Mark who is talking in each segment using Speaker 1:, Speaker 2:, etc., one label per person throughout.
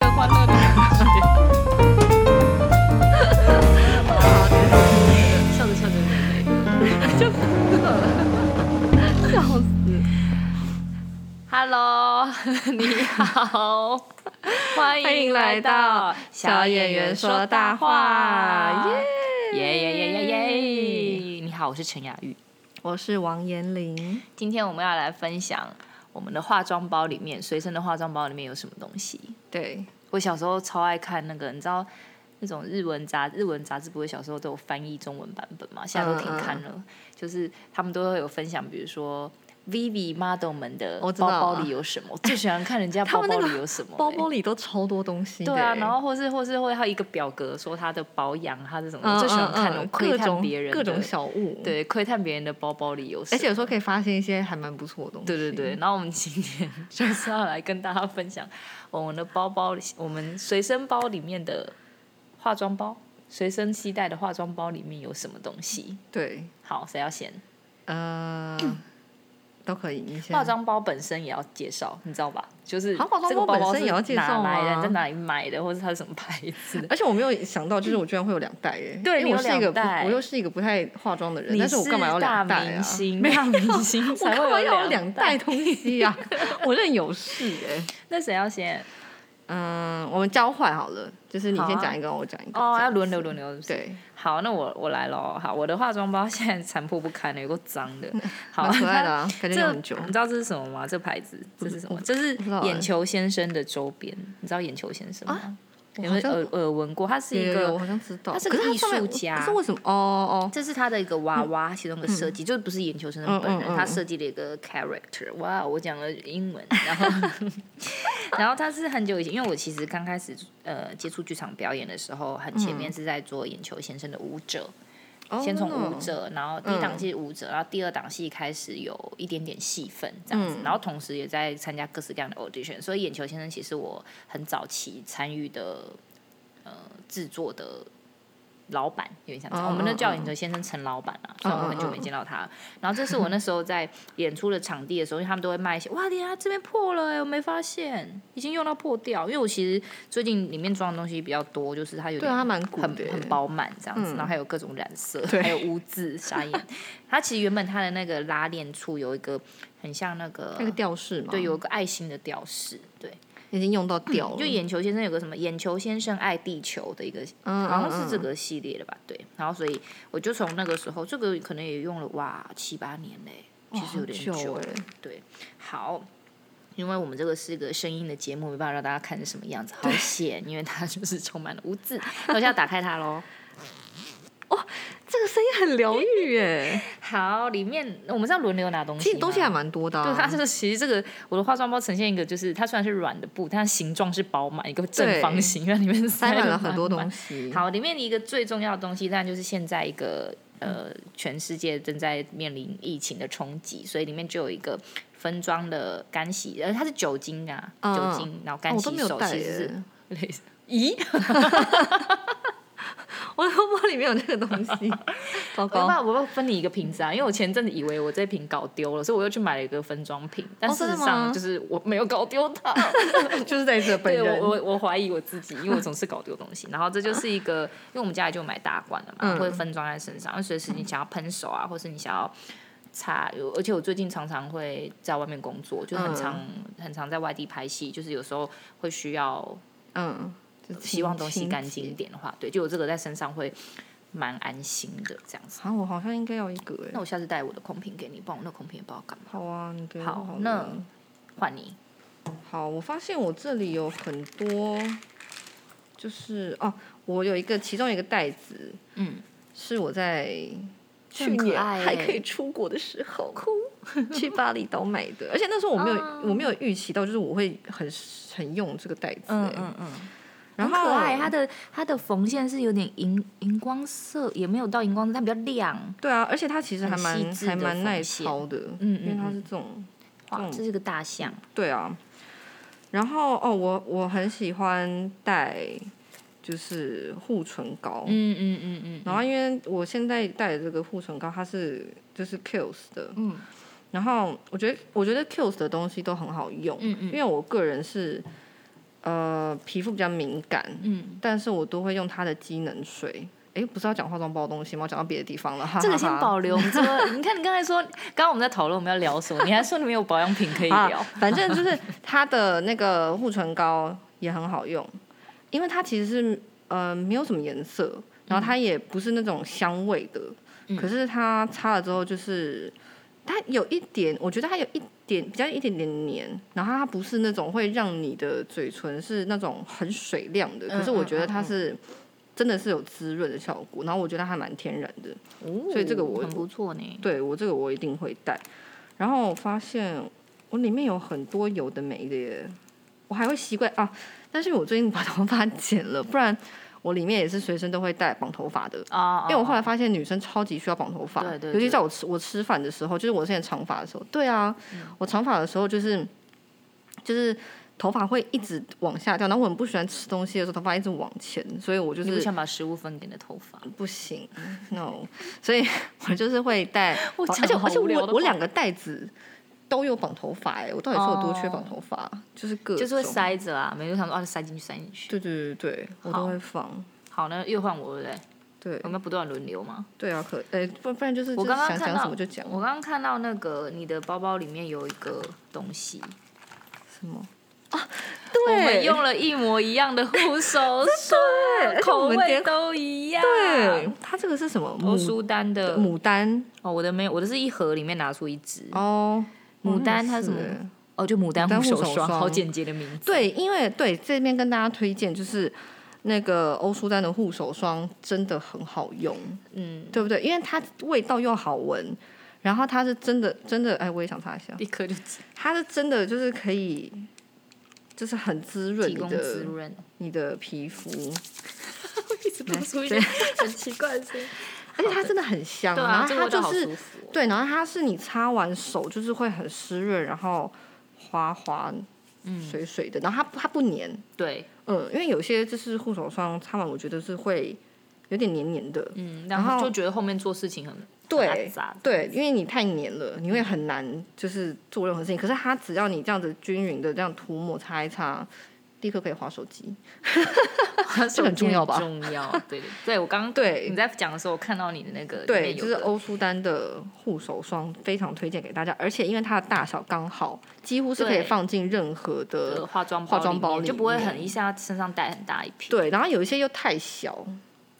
Speaker 1: 好，欢
Speaker 2: 欢迎
Speaker 1: 迎
Speaker 2: 来
Speaker 1: 来到
Speaker 2: 到小演员说大话，
Speaker 1: 耶耶耶耶
Speaker 2: 耶！
Speaker 1: 耶！你好，我是陈雅玉，
Speaker 2: 我是王彦霖，
Speaker 1: 今天我们要来分享我们的化妆包里面随身的化妆包里面有什么东西。
Speaker 2: 对，
Speaker 1: 我小时候超爱看那个，你知道那种日文杂日文杂志，不是小时候都有翻译中文版本嘛？现
Speaker 2: 嗯
Speaker 1: 在都停刊了。就是他们都会有分享，比如说 Vivi model 们的包
Speaker 2: 我知道啊
Speaker 1: 包里有什么，我最喜欢看人家
Speaker 2: 他
Speaker 1: 包
Speaker 2: 们
Speaker 1: 包
Speaker 2: 那个
Speaker 1: 里有什么、
Speaker 2: 包
Speaker 1: 欸
Speaker 2: 包里都超多东西的
Speaker 1: 对啊，
Speaker 2: 欸
Speaker 1: 然后或是或是会还有一个表格说他的保养，啊他是什么，
Speaker 2: 嗯
Speaker 1: 我最喜欢看那
Speaker 2: 嗯嗯
Speaker 1: 种
Speaker 2: 各
Speaker 1: 窥探
Speaker 2: 种
Speaker 1: 别人的
Speaker 2: 各种小物，，
Speaker 1: 对窥探别人的包包里有什么，
Speaker 2: 而且有时候可以发现一些还蛮不错的东西。
Speaker 1: 对对对，，然后我们今天就是要来跟大家分享我们的包包里，我们随身包里面的化妆包，随身携带的化妆包里面有什么东西？
Speaker 2: 对，
Speaker 1: 好，谁要先？
Speaker 2: 呃，都可以。你先
Speaker 1: 化妆包本身也要介绍，你知道吧？就是
Speaker 2: 啊好化妆
Speaker 1: 这个
Speaker 2: 包
Speaker 1: 包
Speaker 2: 本身
Speaker 1: 是
Speaker 2: 也要介
Speaker 1: 哪
Speaker 2: 绍
Speaker 1: 来的，
Speaker 2: 啊
Speaker 1: 在哪里买的，或者它是什么牌 子的。
Speaker 2: 而且我没有想到，就是我居然会有两袋耶！
Speaker 1: 对
Speaker 2: 因
Speaker 1: 你有
Speaker 2: 为我是一个
Speaker 1: 两袋
Speaker 2: 不我又是一个不太化妆的人，
Speaker 1: 你
Speaker 2: 但是我干嘛要
Speaker 1: 大
Speaker 2: 两袋
Speaker 1: 明
Speaker 2: 啊？
Speaker 1: 星，大明 星
Speaker 2: 我
Speaker 1: 才
Speaker 2: 干
Speaker 1: 会
Speaker 2: 嘛要
Speaker 1: 有
Speaker 2: 有两袋东 西呀、啊？我认有事哎。
Speaker 1: 那谁要先？
Speaker 2: 嗯，我们交换好了，就是你
Speaker 1: 好啊
Speaker 2: 先讲一个，我讲一个。
Speaker 1: 哦，
Speaker 2: 这
Speaker 1: 要
Speaker 2: 样
Speaker 1: 轮流轮流。是不是，
Speaker 2: 对，
Speaker 1: 好，那我我来喽。好，我的化妆包 现在残破不堪了，有够脏的。 好，
Speaker 2: 嗯蛮可爱的啊，感觉 用
Speaker 1: 这
Speaker 2: 很久。
Speaker 1: 你知道这是什么吗？这牌子这是什么？这是
Speaker 2: 不知道欸啊
Speaker 1: 眼球先生的周边。你知道眼球先生吗？有没
Speaker 2: 好
Speaker 1: 有
Speaker 2: 像
Speaker 1: 耳耳闻过？他是
Speaker 2: 有
Speaker 1: 一
Speaker 2: 有有
Speaker 1: 个
Speaker 2: 我好像知道，
Speaker 1: 他是
Speaker 2: 可
Speaker 1: 个
Speaker 2: 它上面
Speaker 1: 艺术家
Speaker 2: 可是为什么？哦哦，
Speaker 1: 这是他的一个娃娃其中一个设计，就是不是研究生的本人，
Speaker 2: 嗯嗯嗯嗯
Speaker 1: 他设计了一个 character。哇，我讲了英文，然 后然后他是很久以前，因为我其实刚开始呃接触剧场表演的时候，很
Speaker 2: 嗯
Speaker 1: 前面是在做眼球先生的舞者，
Speaker 2: 哦
Speaker 1: 先从
Speaker 2: 真的
Speaker 1: 舞
Speaker 2: 哦
Speaker 1: 者，然后第一档戏舞者，然后第二档戏开始有一点点戏份这样子，
Speaker 2: 嗯
Speaker 1: 然后同时也在参加各式各样的 audition，所以眼球先生其实我很早期参与的呃制作的老板有点像这样，
Speaker 2: 嗯
Speaker 1: 我们都叫
Speaker 2: 嗯嗯嗯
Speaker 1: 眼球先生陈老板啊，虽然我很久没见到他了。然后这是我那时候在演出的场地的时候，因为他们都会卖一些，哇天啊，这边破了、欸，我没发现，已经用到破掉。因为我其实最近里面装的东西比较多，就是它有
Speaker 2: 对
Speaker 1: 点
Speaker 2: 啊，它蛮鼓
Speaker 1: 很
Speaker 2: 的耶，
Speaker 1: 很饱满这样子，
Speaker 2: 嗯
Speaker 1: 然后还有各种染色，还有污渍、沙 眼。它其实原本它的那个拉链处有一个很像那个，
Speaker 2: 那个吊饰嘛，
Speaker 1: 对，有一个爱心的吊饰，对，
Speaker 2: 已经用到掉了，
Speaker 1: 就眼球先生有个什么眼球先生爱地球的一个，
Speaker 2: 哦嗯
Speaker 1: 好像是这
Speaker 2: 嗯
Speaker 1: 个系列的吧，对。然后所以我就从那个时候，这个可能也用了哇七八年嘞，其实有点
Speaker 2: 嗯哇好久
Speaker 1: 了
Speaker 2: 欸
Speaker 1: 对，好。因为我们这个是一个声音的节目，没办法让大家看是什么样子，好险！因为它就是充满了污渍。那我现在打开它喽。
Speaker 2: 这个声音很疗愈 耶。
Speaker 1: 好，里面我们是要轮流拿东西吗，
Speaker 2: 其实东西还蛮多的啊，
Speaker 1: 对，它这个其实这个我的化妆包呈现一个，就是它虽然是软的布，但它形状是饱满一个正方形，因为它里面塞
Speaker 2: 塞满了很多
Speaker 1: 西。
Speaker 2: 东西。
Speaker 1: 好，里面的一个最重要的东西，当然就是现在一个呃，全世界正在面临疫情的冲击，所以里面就有一个分装的干洗，呃，它是酒精啊，
Speaker 2: 嗯
Speaker 1: 酒精，然后干
Speaker 2: 哦我都
Speaker 1: 洗
Speaker 2: 没有
Speaker 1: 手
Speaker 2: 带
Speaker 1: 其实是
Speaker 2: 耶，
Speaker 1: 类似。咦，
Speaker 2: 我的包包里面有这个东 西，
Speaker 1: 我
Speaker 2: 糟
Speaker 1: 要不
Speaker 2: 糕！
Speaker 1: 要我要不要分你一个瓶子啊，因为我前阵子以为我这瓶搞丢了，所以我又去买了一个分装瓶，但
Speaker 2: 哦
Speaker 1: 事
Speaker 2: 真
Speaker 1: 实
Speaker 2: 的吗
Speaker 1: 上就是我没有搞丢 它。
Speaker 2: 就是在这本
Speaker 1: 对
Speaker 2: 人
Speaker 1: 我，我我怀疑我自己，因为我总是搞丢东西。然后这就是一个， 因为我们家里就买大罐的嘛，
Speaker 2: 嗯
Speaker 1: 会分装在身上，随时你想要喷手啊，或是你想要擦。有而且我最近常常会在外面工作，就
Speaker 2: 嗯
Speaker 1: 很常、很常在外地拍戏，就是有时候会需要
Speaker 2: 嗯，就清
Speaker 1: 希望东西干净一。点的话，对，就有这个在身上会蛮安心的这样子。
Speaker 2: 清洁啊，我好像应该要一个
Speaker 1: 那
Speaker 2: 哎。
Speaker 1: 我下次带我的空瓶给你，不然我那空瓶也不知道干嘛。
Speaker 2: 好啊，你给我
Speaker 1: 好
Speaker 2: 好了
Speaker 1: 那换你，
Speaker 2: 好，我发现我这里有很多，就是哦，我有一个，其中一个袋子
Speaker 1: 嗯，
Speaker 2: 是我在
Speaker 1: 这
Speaker 2: 去
Speaker 1: 很可
Speaker 2: 年
Speaker 1: 爱
Speaker 2: 还
Speaker 1: 欸
Speaker 2: 可以出国的时候， 去巴厘岛买的，而且那时候我没有、
Speaker 1: 啊
Speaker 2: 我没有预期到，就是我会很很用这个袋子、
Speaker 1: 嗯
Speaker 2: 欸，
Speaker 1: 嗯嗯。
Speaker 2: 然
Speaker 1: 很
Speaker 2: 后
Speaker 1: 可爱，它的它的缝线是有点荧荧光色，也没有到荧光色，它比较亮。
Speaker 2: 对啊，而且它其实还
Speaker 1: 很细
Speaker 2: 蛮
Speaker 1: 致
Speaker 2: 还
Speaker 1: 的
Speaker 2: 蛮耐
Speaker 1: 缝线
Speaker 2: 操的，
Speaker 1: 嗯
Speaker 2: 因为它
Speaker 1: 嗯
Speaker 2: 是这种
Speaker 1: 哇，
Speaker 2: 嗯
Speaker 1: 这是个大象，
Speaker 2: 对啊，然后哦，我我很喜欢带就是护唇膏，
Speaker 1: 嗯嗯嗯嗯
Speaker 2: 然后因为我现在带的这个护唇膏，它是就是 Kills 的，
Speaker 1: 嗯
Speaker 2: 然后我觉得我觉得 Kills 的东西都很好用，
Speaker 1: 嗯
Speaker 2: 因
Speaker 1: 嗯
Speaker 2: 为我个人是呃皮肤比较敏感，
Speaker 1: 嗯，
Speaker 2: 但是我都会用它的机能水。哎，哎，不是要讲化妆包的东西吗？讲到别的地方了，哈哈哈
Speaker 1: 这个先保留。我们这个，你看你刚才说，刚刚我们在讨论我们要聊什么，你还说你们有保养品可以聊
Speaker 2: 啊，，反正就是它的那个护唇膏也很好用，因为它其实是呃没有什么颜色，然后它也不是那种香味的，
Speaker 1: 嗯
Speaker 2: 可是它擦了之后就是它有一点，我觉得它有一点比较一点点黏，然后它不是那种会让你的嘴唇是那种很水亮的，
Speaker 1: 嗯
Speaker 2: 可是我觉
Speaker 1: 嗯嗯
Speaker 2: 得它是。真的是有滋润的效果，然后我觉得它还蛮天然的，所以这个我
Speaker 1: 哦很不错呢。
Speaker 2: 对我这个我一定会带。然后我发现我里面有很多有的没的耶，我还会习惯啊。但是我最近把 头发剪了，不然我里面也是随身都会带绑头发的。
Speaker 1: 啊，
Speaker 2: 因为我后来发现女生超级需要绑头发，
Speaker 1: 对对
Speaker 2: 尤其
Speaker 1: 对
Speaker 2: 在我吃我吃饭的时候，就是我现在长发的时候，对啊，
Speaker 1: 嗯
Speaker 2: 我长发的时候就是就是头发会一直往下掉，然后我很不喜欢吃东西的时候头发一直往前，所以我就
Speaker 1: 你不
Speaker 2: 是
Speaker 1: 想把食物分给你的头发？
Speaker 2: 不行，no，所以我就是会带，
Speaker 1: 我
Speaker 2: 而
Speaker 1: 讲
Speaker 2: 且
Speaker 1: 好
Speaker 2: 而且
Speaker 1: 无聊
Speaker 2: 我
Speaker 1: 的
Speaker 2: 我
Speaker 1: 话
Speaker 2: 两个袋子都有绑头发哎、我到底是有多缺绑
Speaker 1: 哦
Speaker 2: 头发？就是各
Speaker 1: 就是会
Speaker 2: 种，
Speaker 1: 塞着啊，每次想说啊，塞进去，塞进去。
Speaker 2: 对对对对，我都
Speaker 1: 好
Speaker 2: 会放，
Speaker 1: 好，那又换我了嘞。
Speaker 2: 对
Speaker 1: 我们要不断轮流吗？
Speaker 2: 对啊，可哎、不不然就是
Speaker 1: 我
Speaker 2: 就是
Speaker 1: 刚刚
Speaker 2: 想
Speaker 1: 看
Speaker 2: 讲
Speaker 1: 到
Speaker 2: 什么就讲
Speaker 1: 我刚刚看到那个你的包包里面有一个东西，
Speaker 2: 什么，
Speaker 1: 我们
Speaker 2: 对
Speaker 1: 用了一模一样的护 手霜，
Speaker 2: 而且我
Speaker 1: 口
Speaker 2: 们
Speaker 1: 味
Speaker 2: 连
Speaker 1: 都一样。啊
Speaker 2: 对，，它这个是什么
Speaker 1: 欧
Speaker 2: 牡
Speaker 1: 舒丹的
Speaker 2: 牡丹
Speaker 1: 哦，我的没有，我的是一盒里面拿出一支
Speaker 2: 哦，
Speaker 1: 牡丹
Speaker 2: 哦
Speaker 1: 它
Speaker 2: 是
Speaker 1: 什么
Speaker 2: 欸
Speaker 1: 哦，就牡丹
Speaker 2: 丹
Speaker 1: 护
Speaker 2: 护
Speaker 1: 手
Speaker 2: 手
Speaker 1: 霜，好
Speaker 2: 霜
Speaker 1: 简洁的名字。
Speaker 2: 对，因为对这边跟大家推荐就是那个欧舒丹的护手霜真的很好用，
Speaker 1: 嗯，
Speaker 2: 对不对？因为它味道又好闻，然后它是真的真的，哎，我也想擦一下，
Speaker 1: 立刻就提
Speaker 2: 它是真的就是可以，就是很滋润
Speaker 1: 提
Speaker 2: 你
Speaker 1: 供滋
Speaker 2: 的
Speaker 1: 润。
Speaker 2: 你的皮肤，
Speaker 1: 一直
Speaker 2: 来
Speaker 1: 出一
Speaker 2: 对
Speaker 1: 些很奇怪的声音。
Speaker 2: 而且它真的很香，
Speaker 1: 对
Speaker 2: 然
Speaker 1: 啊，
Speaker 2: 后
Speaker 1: 这
Speaker 2: 它
Speaker 1: 味道
Speaker 2: 就
Speaker 1: 好
Speaker 2: 是
Speaker 1: 舒服哦。
Speaker 2: 对，然后它是你擦完手就是会很湿润，然后滑滑
Speaker 1: 嗯，
Speaker 2: 水水的，然后它它不粘，
Speaker 1: 对，
Speaker 2: 嗯，因为有些就是护手霜擦完，我觉得是会有点黏黏的，
Speaker 1: 嗯，
Speaker 2: 然
Speaker 1: 然后
Speaker 2: 后
Speaker 1: 就觉得后面做事情很
Speaker 2: 对
Speaker 1: 很杂。
Speaker 2: 对，因为你太黏了，你会很难就是做任何事情。可是它只要你这样子均匀的这样涂抹擦一擦，立刻可以划手机。这个很重要吧
Speaker 1: 重要，对对对，我刚刚
Speaker 2: 对
Speaker 1: 你在讲的时候，我看到你的那个
Speaker 2: 对，
Speaker 1: 嗯里面有
Speaker 2: 就是
Speaker 1: 个
Speaker 2: 欧舒丹的护手霜，非常推荐给大家。而且因为它的大小刚好，几乎是可以
Speaker 1: 对
Speaker 2: 放进任何
Speaker 1: 呃
Speaker 2: 的。
Speaker 1: 化妆
Speaker 2: 化妆包
Speaker 1: 里面
Speaker 2: 里
Speaker 1: 就不会
Speaker 2: 面
Speaker 1: 很一下身上带很大一瓶。
Speaker 2: 对，然后有一些又太小，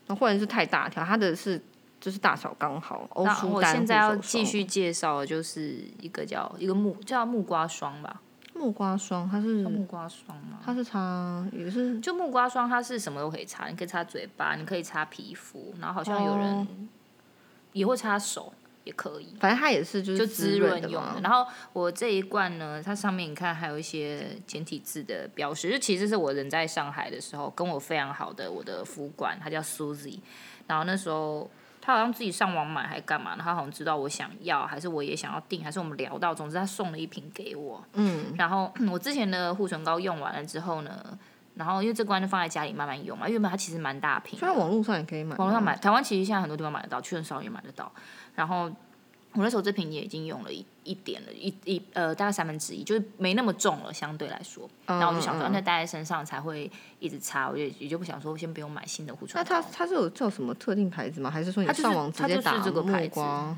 Speaker 2: 然后或者是太大条，它的是就是大小刚好。欧
Speaker 1: 那
Speaker 2: 舒
Speaker 1: 我
Speaker 2: 丹
Speaker 1: 现
Speaker 2: 护
Speaker 1: 在要
Speaker 2: 手
Speaker 1: 继
Speaker 2: 霜，
Speaker 1: 续介绍的就是一个叫一个木叫木瓜霜吧，
Speaker 2: 木瓜霜，它是
Speaker 1: 叫木瓜霜吗？
Speaker 2: 它是擦也是
Speaker 1: 就木瓜霜，它是什么都可以擦，你可以擦嘴巴，你可以擦皮肤，然后好像有
Speaker 2: 哦
Speaker 1: 人也会擦手，也可以。
Speaker 2: 反正它也是就是
Speaker 1: 就
Speaker 2: 嗯滋
Speaker 1: 滋
Speaker 2: 润
Speaker 1: 润
Speaker 2: 的
Speaker 1: 用
Speaker 2: 嘛
Speaker 1: 的。，然后我这一罐呢，它上面你看还有一些简体字的标识，就其实是我人在上海的时候，跟我非常好的我的服管，她叫 Susie，然后那时候。她好像自己上网买还干嘛？然后她好像知道我想要，还是我也想要订，还是我们聊到，总之她送了一瓶给我。
Speaker 2: 嗯，
Speaker 1: 然后我之前的护唇膏用完了之后呢，然后因为这罐就放在家里慢慢用嘛，因为原本它其实蛮大瓶的，
Speaker 2: 虽然网络上也可以买，
Speaker 1: 网络上买，台湾其实现在很多地方买得到，去很少也买得到。然后我那时候这瓶也已经用了一一点了，一一呃大概三分之一，就是没那么重了，相对来说。
Speaker 2: 嗯，
Speaker 1: 然后我就想说，
Speaker 2: 嗯嗯
Speaker 1: 那带在身上才会一直擦，我就也就不想说先不用买新的护唇
Speaker 2: 那它
Speaker 1: 膏。
Speaker 2: 它是有叫什么特定牌子吗？还是说你
Speaker 1: 它就是
Speaker 2: 上网直接
Speaker 1: 它
Speaker 2: 打
Speaker 1: 就是这个
Speaker 2: 木
Speaker 1: 牌子
Speaker 2: 瓜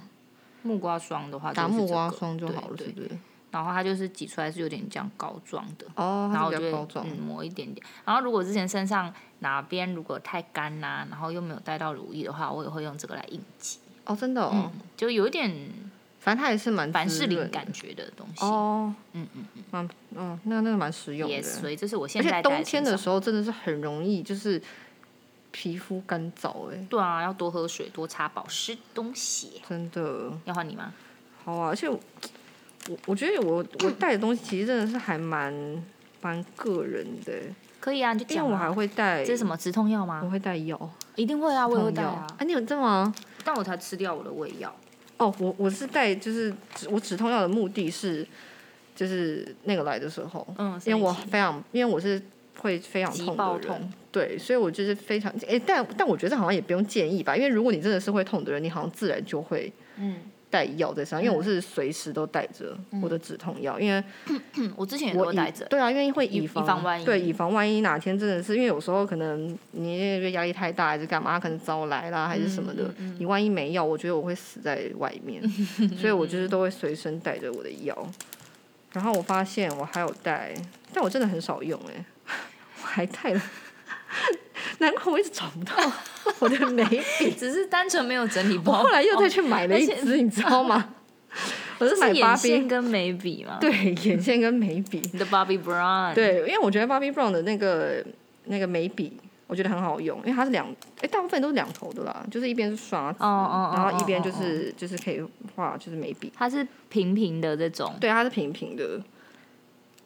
Speaker 1: 木瓜霜的话、就是
Speaker 2: 打
Speaker 1: 这个，
Speaker 2: 木瓜霜就好了，
Speaker 1: 对
Speaker 2: 是
Speaker 1: 对
Speaker 2: 不是？
Speaker 1: 然后它就是挤出来是有点这样膏状的，
Speaker 2: 哦，
Speaker 1: 然
Speaker 2: 它
Speaker 1: 后
Speaker 2: 是
Speaker 1: 我
Speaker 2: 比
Speaker 1: 就
Speaker 2: 较
Speaker 1: 会
Speaker 2: 包装
Speaker 1: 嗯，抹一点点。然后如果之前身上哪边如果太干呐、然后又没有带到乳液的话，我也会用这个来应急，
Speaker 2: 哦，真的哦，
Speaker 1: 就有一点
Speaker 2: 反正它也是蛮
Speaker 1: 凡嗯士
Speaker 2: 滋
Speaker 1: 林
Speaker 2: 润
Speaker 1: 感觉的东西。
Speaker 2: 哦，
Speaker 1: 嗯嗯嗯，
Speaker 2: 蛮嗯，那那个蛮实用
Speaker 1: 也
Speaker 2: 的，
Speaker 1: 所以这是我现
Speaker 2: 而且
Speaker 1: 在戴
Speaker 2: 冬
Speaker 1: 在
Speaker 2: 天
Speaker 1: 身
Speaker 2: 的
Speaker 1: 上
Speaker 2: 时候真的是很容易就是皮肤干燥哎，
Speaker 1: 对啊，要多喝水，多擦保湿东西。
Speaker 2: 真的
Speaker 1: 要换你吗？
Speaker 2: 好啊，而且我我我觉得我我
Speaker 1: 嗯
Speaker 2: 带的东西其实真的是还蛮蛮个人的欸，
Speaker 1: 可以啊，你就
Speaker 2: 因为
Speaker 1: 讲、啊。
Speaker 2: 我还会带
Speaker 1: 这是什么止痛药
Speaker 2: 我
Speaker 1: 吗？
Speaker 2: 会带药，
Speaker 1: 一定会啊，我也会
Speaker 2: 痛
Speaker 1: 带
Speaker 2: 药
Speaker 1: 啊，
Speaker 2: 啊，你有这吗？
Speaker 1: 但我才吃掉我的胃药。
Speaker 2: 哦，我我是带，就是止我止痛药的目的是，就是那个来的时候，
Speaker 1: 嗯，
Speaker 2: 因为我
Speaker 1: 生理期
Speaker 2: 非常，因为我是会非常
Speaker 1: 急
Speaker 2: 痛
Speaker 1: 爆
Speaker 2: 的
Speaker 1: 痛
Speaker 2: 人，对，所以我就是非常，诶，但但我觉得这好像也不用建议吧，因为如果你真的是会痛的人，你好像自然就会
Speaker 1: 嗯
Speaker 2: 带药在身上，因为我是随时都带着我的止痛药，因为
Speaker 1: 嗯我之前也
Speaker 2: 我
Speaker 1: 都
Speaker 2: 以
Speaker 1: 带 着，
Speaker 2: 对啊，因为会
Speaker 1: 以
Speaker 2: 防
Speaker 1: 以防万一
Speaker 2: 对，以防万一哪天真的是，因为有时候可能你因为压力太大还是干嘛，可能招来啦还是什
Speaker 1: 嗯
Speaker 2: 么的，你万一没药，我觉得我会死在外 面，所以我就是都会随身带着我的药。然后我发现我还有带，但我真的很少用哎、我还带了， 难怪我一直找 不到我的眉笔，
Speaker 1: 只是单纯没有整理
Speaker 2: 我
Speaker 1: 包。
Speaker 2: 后来又再
Speaker 1: 哦
Speaker 2: 去买了一
Speaker 1: 而且
Speaker 2: 支，你知道吗？我
Speaker 1: 这
Speaker 2: 是买
Speaker 1: 是
Speaker 2: 芭
Speaker 1: 眼
Speaker 2: 比
Speaker 1: 线，跟眉笔嘛，，
Speaker 2: 对，眼线跟眉笔。
Speaker 1: 你的 Bobbi Brown，，
Speaker 2: 对，因为我觉得 Bobbi Brown 的那个那个眉笔，我觉得很好用，因为它是两，哎、大部分都是两头的啦，就是一边是刷子，
Speaker 1: 哦哦哦，
Speaker 2: 然后一边就
Speaker 1: 哦哦
Speaker 2: 是、就是可以画就是眉笔，
Speaker 1: 它是平平的这种，
Speaker 2: 对，它是平平的，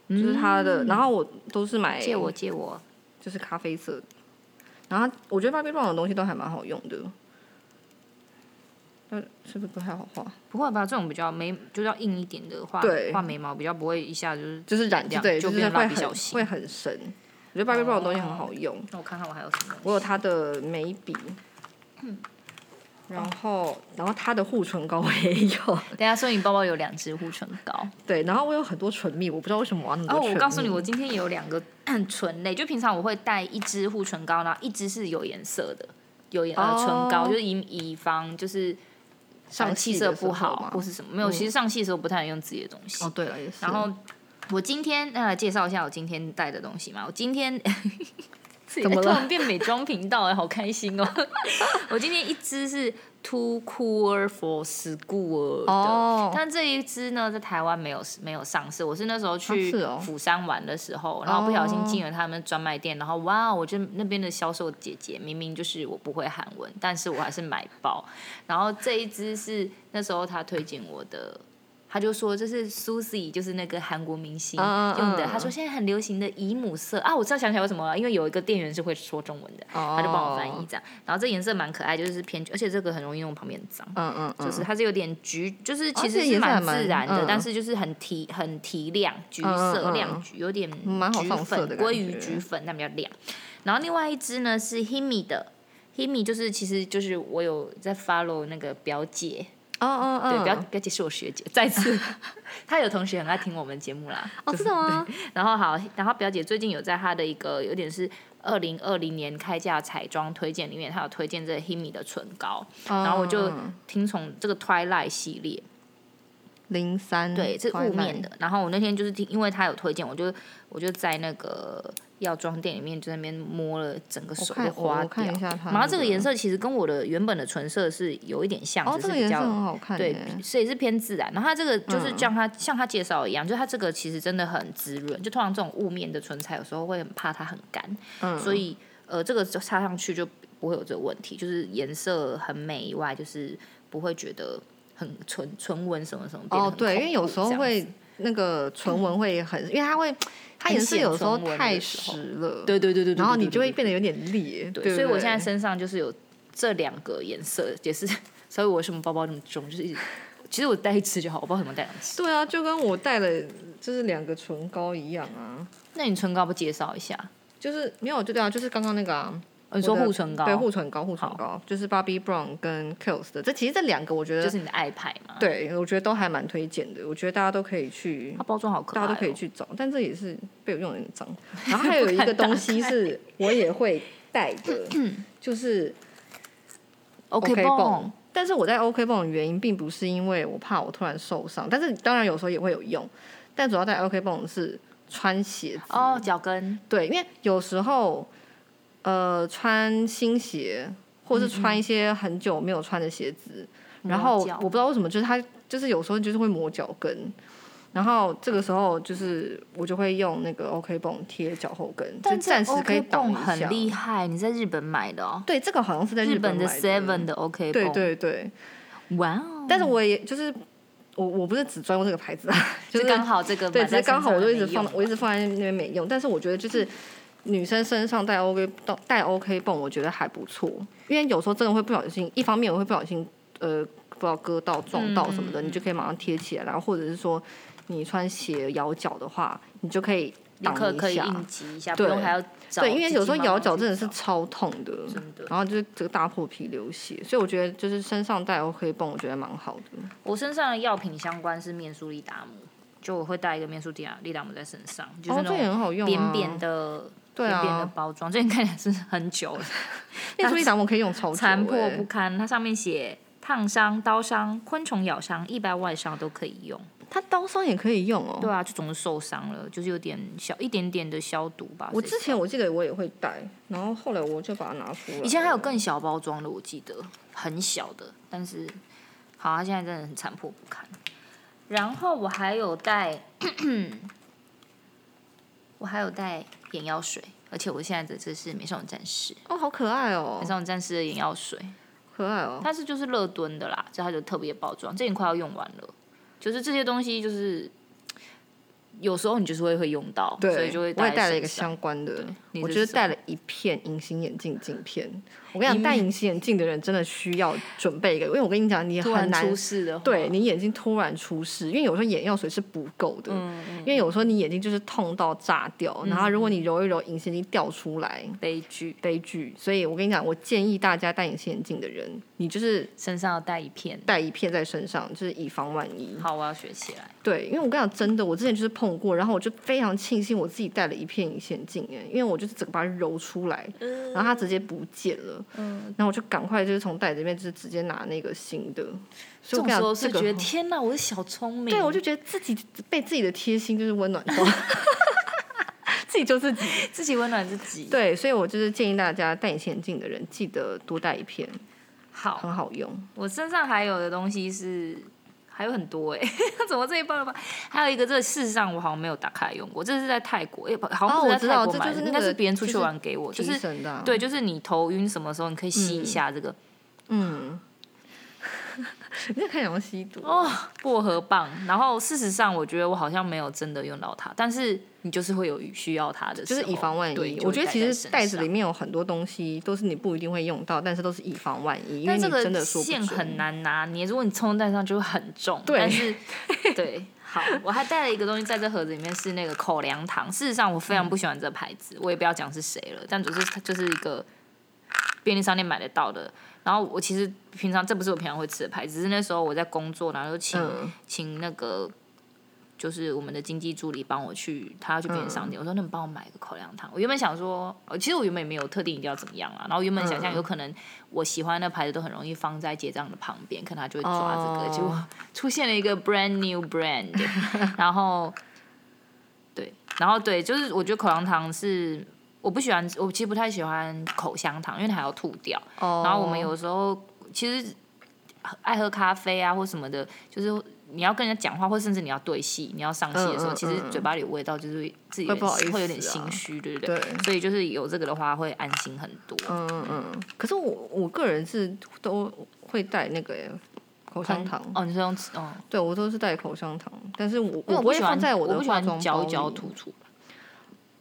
Speaker 2: 就是它的，然后我都是买
Speaker 1: 嗯借我借我，
Speaker 2: 就是咖啡色的，然后我觉得 Bobbi Brown 的东西都还蛮好用的，但是不是不太好画？
Speaker 1: 不会吧？这种比较眉就要硬一点的画
Speaker 2: 对
Speaker 1: 画眉毛比较不会一下就是
Speaker 2: 就是染
Speaker 1: 亮
Speaker 2: 对，
Speaker 1: 就
Speaker 2: 就是
Speaker 1: 变蜡
Speaker 2: 会
Speaker 1: 笔小
Speaker 2: 很
Speaker 1: 新哦
Speaker 2: 会很深，我觉得 Bobbi Brown 的东西很好用。
Speaker 1: 那我看看我还有什么东西。
Speaker 2: 我有他的眉笔，然后然后他的护唇膏我也有，
Speaker 1: 等一下，所以你包包有两支护唇膏。
Speaker 2: 对，然后我有很多唇蜜，我不知道为什么我要那么
Speaker 1: 哦，
Speaker 2: 多唇嗯
Speaker 1: 我
Speaker 2: 蜜。
Speaker 1: 告诉你，我今天有两个 唇类，就平常我会带一支护唇膏，然后一支是有颜色的，有颜、呃
Speaker 2: 哦
Speaker 1: 唇膏，就是以以防就是
Speaker 2: 上
Speaker 1: 气
Speaker 2: 的
Speaker 1: 色
Speaker 2: 时候
Speaker 1: 不好
Speaker 2: 嘛
Speaker 1: 或是什么。没有，其实上气的时候不太能用自己的东西。
Speaker 2: 哦，对了，也是。
Speaker 1: 然后我今天那来介绍一下我今天带的东西嘛。我今天
Speaker 2: 怎么了
Speaker 1: 突然变美妆频道哎、好开心哦！ 我今天一支是 Too Cool for School 的，
Speaker 2: 哦
Speaker 1: 但这一支呢在台湾没有没有上市。我是那时候
Speaker 2: 啊
Speaker 1: 去
Speaker 2: 是哦
Speaker 1: 釜山玩的时候，然后不小心进了他们专卖店，然后哇，我就那边的销售姐姐明明就是我不会韩文，但是我还是买爆。然后这一支是那时候他推荐我的。他就说这是 Susie，就是那个韩国明星
Speaker 2: 嗯嗯
Speaker 1: 用的。
Speaker 2: 嗯
Speaker 1: 他说现在很流行的姨母色啊，我知道想起来为什么了，因为有一个店员是会说中文的，
Speaker 2: 哦
Speaker 1: 他就帮我翻译这样。然后这颜色蛮可爱，就是偏，而且这个很容易用，旁边很脏。
Speaker 2: 嗯嗯嗯，哦
Speaker 1: 就是它是有点橘，就是
Speaker 2: 而
Speaker 1: 其
Speaker 2: 且
Speaker 1: 实
Speaker 2: 颜
Speaker 1: 是
Speaker 2: 色还
Speaker 1: 蛮
Speaker 2: 蛮
Speaker 1: 自然的，
Speaker 2: 嗯
Speaker 1: 但是就是很提很提亮，橘
Speaker 2: 嗯嗯
Speaker 1: 色
Speaker 2: 嗯
Speaker 1: 亮橘，有点
Speaker 2: 蛮好
Speaker 1: 橘
Speaker 2: 上色
Speaker 1: 粉，
Speaker 2: 的感
Speaker 1: 鲑鱼
Speaker 2: 觉
Speaker 1: 橘粉，那比较亮。然后另外一支呢是 Himi 的，Himi 就是其实就是我有在 follow 那个表姐，
Speaker 2: 哦哦哦，
Speaker 1: 对，表表姐是我学姐，再 次，她有同学很爱听我们节目啦。
Speaker 2: 哦，真的吗？
Speaker 1: 然后好，然后表姐最近有在她的一个有点是二零二零年开价彩妆推荐里面，她有推荐这个 Himi 的唇膏，然后我就
Speaker 2: 哦嗯
Speaker 1: 听从这个 Twilight 系列，
Speaker 2: 零三
Speaker 1: 对，是雾面的。。然后我那天就是听，因为她有推荐，我就我就在那个药妆店里面就在那边摸了，整个手
Speaker 2: 我看
Speaker 1: 都花
Speaker 2: 我我
Speaker 1: 掉。
Speaker 2: 看一下它
Speaker 1: 然后这个
Speaker 2: 那个
Speaker 1: 颜色其实跟我的原本的唇色是有一点像，
Speaker 2: 哦，
Speaker 1: 只是
Speaker 2: 这个
Speaker 1: 比
Speaker 2: 颜色
Speaker 1: 较
Speaker 2: 很好看耶。
Speaker 1: 对，所以是偏自然。然后它这个就是
Speaker 2: 嗯
Speaker 1: 像它、像它介绍的一样，就是它这个其实真的很滋润。就通常这种雾面的唇彩，有时候会很怕它很干，
Speaker 2: 嗯，
Speaker 1: 所以呃，这个就擦上去就不会有这个问题，就是颜色很美以外，就是不会觉得很唇唇纹什么什么变得
Speaker 2: 哦，
Speaker 1: 很
Speaker 2: 对，因
Speaker 1: 恐
Speaker 2: 为有
Speaker 1: 怖
Speaker 2: 时候
Speaker 1: 这样
Speaker 2: 会那个唇纹会很，因为它会它
Speaker 1: 很
Speaker 2: 颜色
Speaker 1: 显
Speaker 2: 有时候
Speaker 1: 唇纹
Speaker 2: 太
Speaker 1: 的时候
Speaker 2: 实了，
Speaker 1: 对对对对对，
Speaker 2: 然后你
Speaker 1: 对
Speaker 2: 就会
Speaker 1: 对
Speaker 2: 变得有点裂。
Speaker 1: 对
Speaker 2: 对不
Speaker 1: 所以我现在
Speaker 2: 对
Speaker 1: 身上就是有这两个颜色，也是，所以我为什么包包那么重，就是一直。其实我带一支就好，我不知道为什么带两支。
Speaker 2: 对啊，就跟我带了就是两个唇膏一样啊，
Speaker 1: 那你唇膏不介绍一下？哦
Speaker 2: 就是没有，就对啊，就是刚刚那个啊，
Speaker 1: 你说
Speaker 2: 我的
Speaker 1: 护唇膏，
Speaker 2: 对护唇膏，护唇膏就是 Bobbi Brown 跟 Kills 的，这其实这两个我觉得，
Speaker 1: 就是你的爱牌嘛。
Speaker 2: 对我觉得都还蛮推荐的，我觉得大家都可以去
Speaker 1: 它。包装好可爱、哦
Speaker 2: 大家都可以。去找，但这也是被我用的很 脏。然后还有一个东西是我也会带的，就是
Speaker 1: 嗯哦 OK
Speaker 2: OK
Speaker 1: 绷
Speaker 2: 泵，但是我在 OK 泵的原因，并不是因为我怕我突然受伤，但是当然有时候也会有用，但主要在 OK 泵是穿鞋子。
Speaker 1: 哦，脚跟
Speaker 2: 对，因为有时候，呃，穿新鞋，或是穿一些很久没有穿的鞋子，然
Speaker 1: 嗯
Speaker 2: 后
Speaker 1: 磨
Speaker 2: 我
Speaker 1: 脚
Speaker 2: 不知道为什么，就是它就是有时候就是会磨脚跟，然后这个时候就是我就会用那个 OK 绷贴脚后跟，就
Speaker 1: 但
Speaker 2: 暂时
Speaker 1: 这
Speaker 2: 可以
Speaker 1: OK
Speaker 2: 挡
Speaker 1: 绷
Speaker 2: 一
Speaker 1: 很
Speaker 2: 下。
Speaker 1: 厉害，你在日本买的哦。
Speaker 2: 对，这个好像是在
Speaker 1: 日
Speaker 2: 本
Speaker 1: 本的
Speaker 2: 买
Speaker 1: Seven 的 OK
Speaker 2: 对
Speaker 1: 绷，
Speaker 2: 对对，
Speaker 1: 哇哦！
Speaker 2: 但是我也就是我我不是只专过这个牌子啊， 就
Speaker 1: 就是刚好这个
Speaker 2: 对，
Speaker 1: 买
Speaker 2: 只
Speaker 1: 在
Speaker 2: 是刚好我就一直
Speaker 1: 身上
Speaker 2: 放
Speaker 1: 没，用啊嗯
Speaker 2: 我一直放在那边没用。但是我觉得就是女生身上带 OK 绷带 OK 绷，我觉得还不错，因为有时候真的会不小心，一方面我会不小心呃不知道割到、撞到
Speaker 1: 嗯
Speaker 2: 什么的，你就可以马上贴起来，然后或者是说你穿鞋咬脚的话，你就可以
Speaker 1: 立刻
Speaker 2: 挡
Speaker 1: 可
Speaker 2: 一
Speaker 1: 以
Speaker 2: 下。
Speaker 1: 应急一下，不
Speaker 2: 对
Speaker 1: 用还要找
Speaker 2: 对，因为有时
Speaker 1: 急
Speaker 2: 候
Speaker 1: 急忙忙
Speaker 2: 咬脚
Speaker 1: 去
Speaker 2: 真的是
Speaker 1: 找
Speaker 2: 超痛的，
Speaker 1: 真的。
Speaker 2: 然后就是这个大破皮流血，所以我觉得就是身上带 OK 绷，我觉得蛮好的。
Speaker 1: 我身上的药品相关是面舒利达姆，就我会带一个面舒利达利达姆在身上，就是
Speaker 2: 哦，
Speaker 1: 那
Speaker 2: 这也
Speaker 1: 种
Speaker 2: 很好用啊。
Speaker 1: 扁扁的、
Speaker 2: 对
Speaker 1: 扁扁的
Speaker 2: 啊，
Speaker 1: 包装，这你看起来是很久了，
Speaker 2: 面舒一掌我可以用超久、欸。
Speaker 1: 残破不堪。它上面写烫伤、刀伤、昆虫咬伤、意外外伤都可以用。
Speaker 2: 它刀伤也可以用哦。
Speaker 1: 对啊，就总是受伤了，就是有点小一点点的消毒吧。
Speaker 2: 我
Speaker 1: 谁
Speaker 2: 之前我记得我也会带，然后后来我就把它拿出来了。
Speaker 1: 以前还有更小包装的，我记得很小的，但是好，它现在真的很残破不堪。然后我还有带， 我还有带眼药水，而且我现在的这是美少女战士，
Speaker 2: 哦，好可爱哦
Speaker 1: 美，少女战士的眼药水，
Speaker 2: 可爱哦。
Speaker 1: 它是就是乐敦的啦，这它就特别包装，这已经快要用完了。就是这些东西，就是有时候你就是会会用到，所以就会
Speaker 2: 我
Speaker 1: 在
Speaker 2: 也带了一
Speaker 1: 身
Speaker 2: 个
Speaker 1: 上
Speaker 2: 相关的，
Speaker 1: 你
Speaker 2: 我
Speaker 1: 这
Speaker 2: 就是
Speaker 1: 什
Speaker 2: 带了一片隐形眼镜镜片。我跟你讲，戴隐形眼镜的人真的需要准备一个，因为我跟你讲，你
Speaker 1: 突
Speaker 2: 很
Speaker 1: 然
Speaker 2: 难
Speaker 1: 出事的话，
Speaker 2: 对你眼睛突然出事，因为有时候眼药水是不够的，
Speaker 1: 嗯
Speaker 2: 因为有时候你眼睛就是痛到炸掉，然后如果你揉一揉，隐形眼镜掉出来，
Speaker 1: 悲剧，
Speaker 2: 悲剧。所以我跟你讲，我建议大家戴隐形眼镜的人，你就是
Speaker 1: 身上要带一片。
Speaker 2: 带一片在身上，就是以防万一。
Speaker 1: 好，我要学起 来。
Speaker 2: 对，因为我跟你讲，真的，我之前就是碰过，然后我就非常庆幸我自己带了一片隐形眼镜，哎，因为我就是整个把它揉出来，
Speaker 1: 嗯
Speaker 2: 然后它直接不见了，然后我就赶快就是从袋子里面就是直接拿那个新的，所以我
Speaker 1: 这种
Speaker 2: 跟你讲，
Speaker 1: 时
Speaker 2: 这
Speaker 1: 候是
Speaker 2: 个
Speaker 1: 觉得天哪，我的小聪明。
Speaker 2: 对，我就觉得自己被自己的贴心就是温 暖到，自己救自己。
Speaker 1: 自己温暖自己。，
Speaker 2: 对，所以我就是建议大家戴隐形眼镜的人，记得多带一片，
Speaker 1: 好，
Speaker 2: 很好用。
Speaker 1: 我身上还有的东西是还有很多哎、 怎么这一包了吧？还有一个，这事实上我好像没有打开来用过，这是在泰国，也不好像
Speaker 2: 哦
Speaker 1: 不
Speaker 2: 我
Speaker 1: 是
Speaker 2: 知
Speaker 1: 在泰
Speaker 2: 道
Speaker 1: 国
Speaker 2: 这
Speaker 1: 买
Speaker 2: 就是
Speaker 1: 的，
Speaker 2: 那
Speaker 1: 应该
Speaker 2: 个
Speaker 1: 是别人出
Speaker 2: 就
Speaker 1: 去
Speaker 2: 是
Speaker 1: 玩给我，就
Speaker 2: 提
Speaker 1: 是
Speaker 2: 神的、啊，
Speaker 1: 对，，就是你头晕什么时候你可以吸一下这个、
Speaker 2: 嗯， 你在看什么吸毒？
Speaker 1: 哦薄荷棒。然后事实上，我觉得我好像没有真的用到它，但是你就是会有需要它的时
Speaker 2: 就
Speaker 1: 候，
Speaker 2: 是以防万
Speaker 1: 对
Speaker 2: 一，
Speaker 1: 就
Speaker 2: 我
Speaker 1: 会
Speaker 2: 觉得
Speaker 1: 带
Speaker 2: 其
Speaker 1: 在
Speaker 2: 实
Speaker 1: 身
Speaker 2: 袋子
Speaker 1: 上
Speaker 2: 里面有很多东西都是你不一定会用到，但是都是以防万一，因为
Speaker 1: 但
Speaker 2: 你
Speaker 1: 这
Speaker 2: 真的
Speaker 1: 个
Speaker 2: 说不
Speaker 1: 线
Speaker 2: 准。
Speaker 1: 很难拿捏，如果你冲在上就会很重。
Speaker 2: 对
Speaker 1: 但 是对，好，我还带了一个东西在这盒子里面，是那个口粮糖。事实上，我非常不
Speaker 2: 嗯
Speaker 1: 喜欢这牌子，我也不要讲是谁了，但只是它就是一个便利商店买得到的。然后我其实平常这不是我平常会吃的牌子，只是那时候我在工作，然后就请、
Speaker 2: 嗯
Speaker 1: 请那个。就是我们的经济助理帮我去，他要去便利商店，我说那你帮我买一个口粮糖。我原本想说，呃其实我原本也没有特定一定要怎么样啊，然后原本想象有可能我喜欢的牌子都很容易放在结账的旁边，可能他就会抓这个。
Speaker 2: 哦
Speaker 1: 结果出现了一个 brand new brand，然后对，然后对，就是我觉得口香糖是我不喜欢，我其实不太喜欢口香糖，因为它还要吐掉。
Speaker 2: 哦
Speaker 1: 然后我们有时候其实爱喝咖啡啊或什么的，就是。你要跟人家讲话，或甚至你要对戏，你要上戏的时候，
Speaker 2: 嗯嗯
Speaker 1: 其实
Speaker 2: 嗯
Speaker 1: 嘴巴里有味道，就是自己
Speaker 2: 会不好意思啊
Speaker 1: 会有点心虚，对不对？
Speaker 2: 对，
Speaker 1: 所以就是有这个的话，会安心很多。
Speaker 2: 嗯嗯嗯。可是我我个人是都会带那个耶口香糖，
Speaker 1: 哦，你是用吃哦，
Speaker 2: 对我都是带口香糖，但是我
Speaker 1: 因为
Speaker 2: 不会
Speaker 1: 喜欢
Speaker 2: 放在
Speaker 1: 我
Speaker 2: 的
Speaker 1: 不喜
Speaker 2: 化
Speaker 1: 欢
Speaker 2: 妆包
Speaker 1: 嚼一
Speaker 2: 里。
Speaker 1: 嚼吐出。